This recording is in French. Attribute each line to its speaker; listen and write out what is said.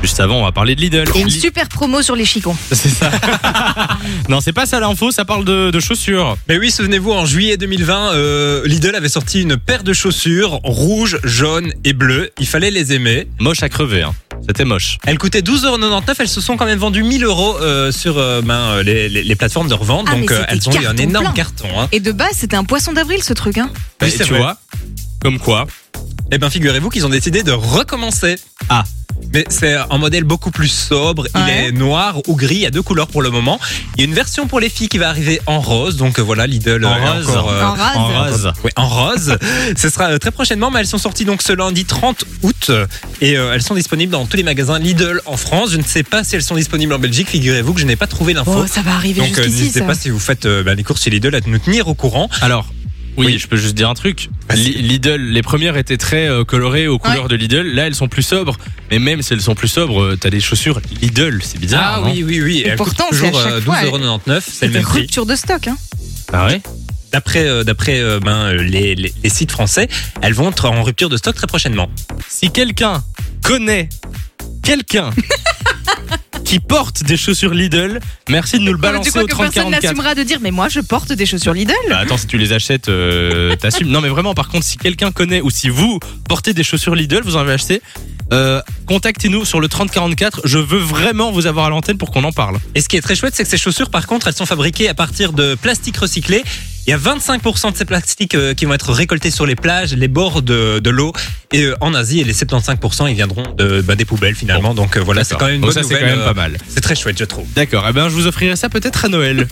Speaker 1: Juste avant, on va parler de Lidl.
Speaker 2: Il y a une
Speaker 1: Li-
Speaker 2: super promo sur les chicons.
Speaker 1: C'est ça. non, c'est pas ça l'info, ça parle de, de chaussures.
Speaker 3: Mais oui, souvenez-vous, en juillet 2020, euh, Lidl avait sorti une paire de chaussures rouges, jaunes et bleues. Il fallait les aimer.
Speaker 1: Moche à crever, hein. C'était moche.
Speaker 3: Elles coûtaient 12,99€. Elles se sont quand même vendues 1000 euros euh, sur euh, ben, euh, les, les- les plateformes de revente.
Speaker 2: Ah, mais
Speaker 3: donc euh,
Speaker 2: c'était
Speaker 3: elles ont eu un
Speaker 2: carton
Speaker 3: énorme
Speaker 2: plein.
Speaker 3: carton. Hein.
Speaker 2: Et de base, c'était un poisson d'avril ce truc. Hein.
Speaker 3: Oui,
Speaker 1: Et
Speaker 3: c'est
Speaker 1: tu
Speaker 3: vrai.
Speaker 1: vois, comme quoi.
Speaker 3: Eh bien, figurez-vous qu'ils ont décidé de recommencer.
Speaker 1: Ah.
Speaker 3: Mais c'est un modèle beaucoup plus sobre.
Speaker 2: Ouais.
Speaker 3: Il est noir ou gris, à deux couleurs pour le moment. Il y a une version pour les filles qui va arriver en rose. Donc euh, voilà, Lidl
Speaker 1: En
Speaker 3: euh, est
Speaker 1: rose.
Speaker 3: encore, euh,
Speaker 2: En rase.
Speaker 1: en rose.
Speaker 3: Oui, en rose. Ce sera euh, très prochainement, mais elles sont sorties donc ce lundi 30 août et euh, elles sont disponibles dans tous les magasins Lidl en France. Je ne sais pas si elles sont disponibles en Belgique. Figurez-vous que je n'ai pas trouvé l'info.
Speaker 2: Oh, ça va arriver
Speaker 3: donc euh,
Speaker 2: jusqu'ici.
Speaker 3: n'hésitez
Speaker 2: ça.
Speaker 3: pas si vous faites euh, bah, les courses chez Lidl à nous tenir au courant.
Speaker 1: Alors, oui,
Speaker 3: Oui.
Speaker 1: je peux juste dire un truc.
Speaker 3: Vas-y.
Speaker 1: Li- Lidl, les premières étaient très euh, colorées aux couleurs de Lidl. Là, elles sont plus sobres. Mais même si elles sont plus sobres, euh, t'as des chaussures Lidl. C'est
Speaker 2: Ah
Speaker 1: bizarre. non
Speaker 3: Ah, oui, oui.
Speaker 2: Et
Speaker 3: elles coûtent
Speaker 2: pourtant, c'est à
Speaker 3: toujours
Speaker 2: chaque
Speaker 3: euh,
Speaker 2: fois,
Speaker 3: 12,99€. C'est le
Speaker 2: C'était
Speaker 3: même prix.
Speaker 2: rupture de stock. Hein.
Speaker 1: Ah ouais
Speaker 3: D'après euh, d'après euh, ben, euh, les, les- les sites français, elles vont être en rupture de stock très prochainement.
Speaker 1: Si quelqu'un connaît quelqu'un qui porte des chaussures Lidl, merci de nous le
Speaker 2: Bah,
Speaker 1: balancer
Speaker 2: tu crois
Speaker 1: au
Speaker 2: que personne
Speaker 1: 3044.
Speaker 2: n'assumera de dire, mais moi je porte des chaussures Lidl
Speaker 1: Bah, attends, si tu les achètes, euh, t'assumes. Non, mais vraiment, par contre, si quelqu'un connaît ou si vous portez des chaussures Lidl, vous en avez acheté, euh, contactez-nous sur le 3044. Je veux vraiment vous avoir à l'antenne pour qu'on en parle.
Speaker 3: Et ce qui est très chouette, c'est que ces chaussures, par contre, elles sont fabriquées à partir de plastique recyclé. Il y a 25% de ces plastiques euh, qui vont être récoltés sur les plages, les bords de, de l'eau. Et euh, en Asie, et les 75%, ils viendront de, bah, des poubelles finalement. Donc euh, voilà, c'est
Speaker 1: D'accord.
Speaker 3: quand même une
Speaker 1: Donc
Speaker 3: bonne
Speaker 1: ça, c'est
Speaker 3: nouvelle.
Speaker 1: quand même
Speaker 3: euh,
Speaker 1: pas mal.
Speaker 3: C'est très chouette, je trouve.
Speaker 1: D'accord. Eh ben, je vous offrirai ça peut-être à Noël.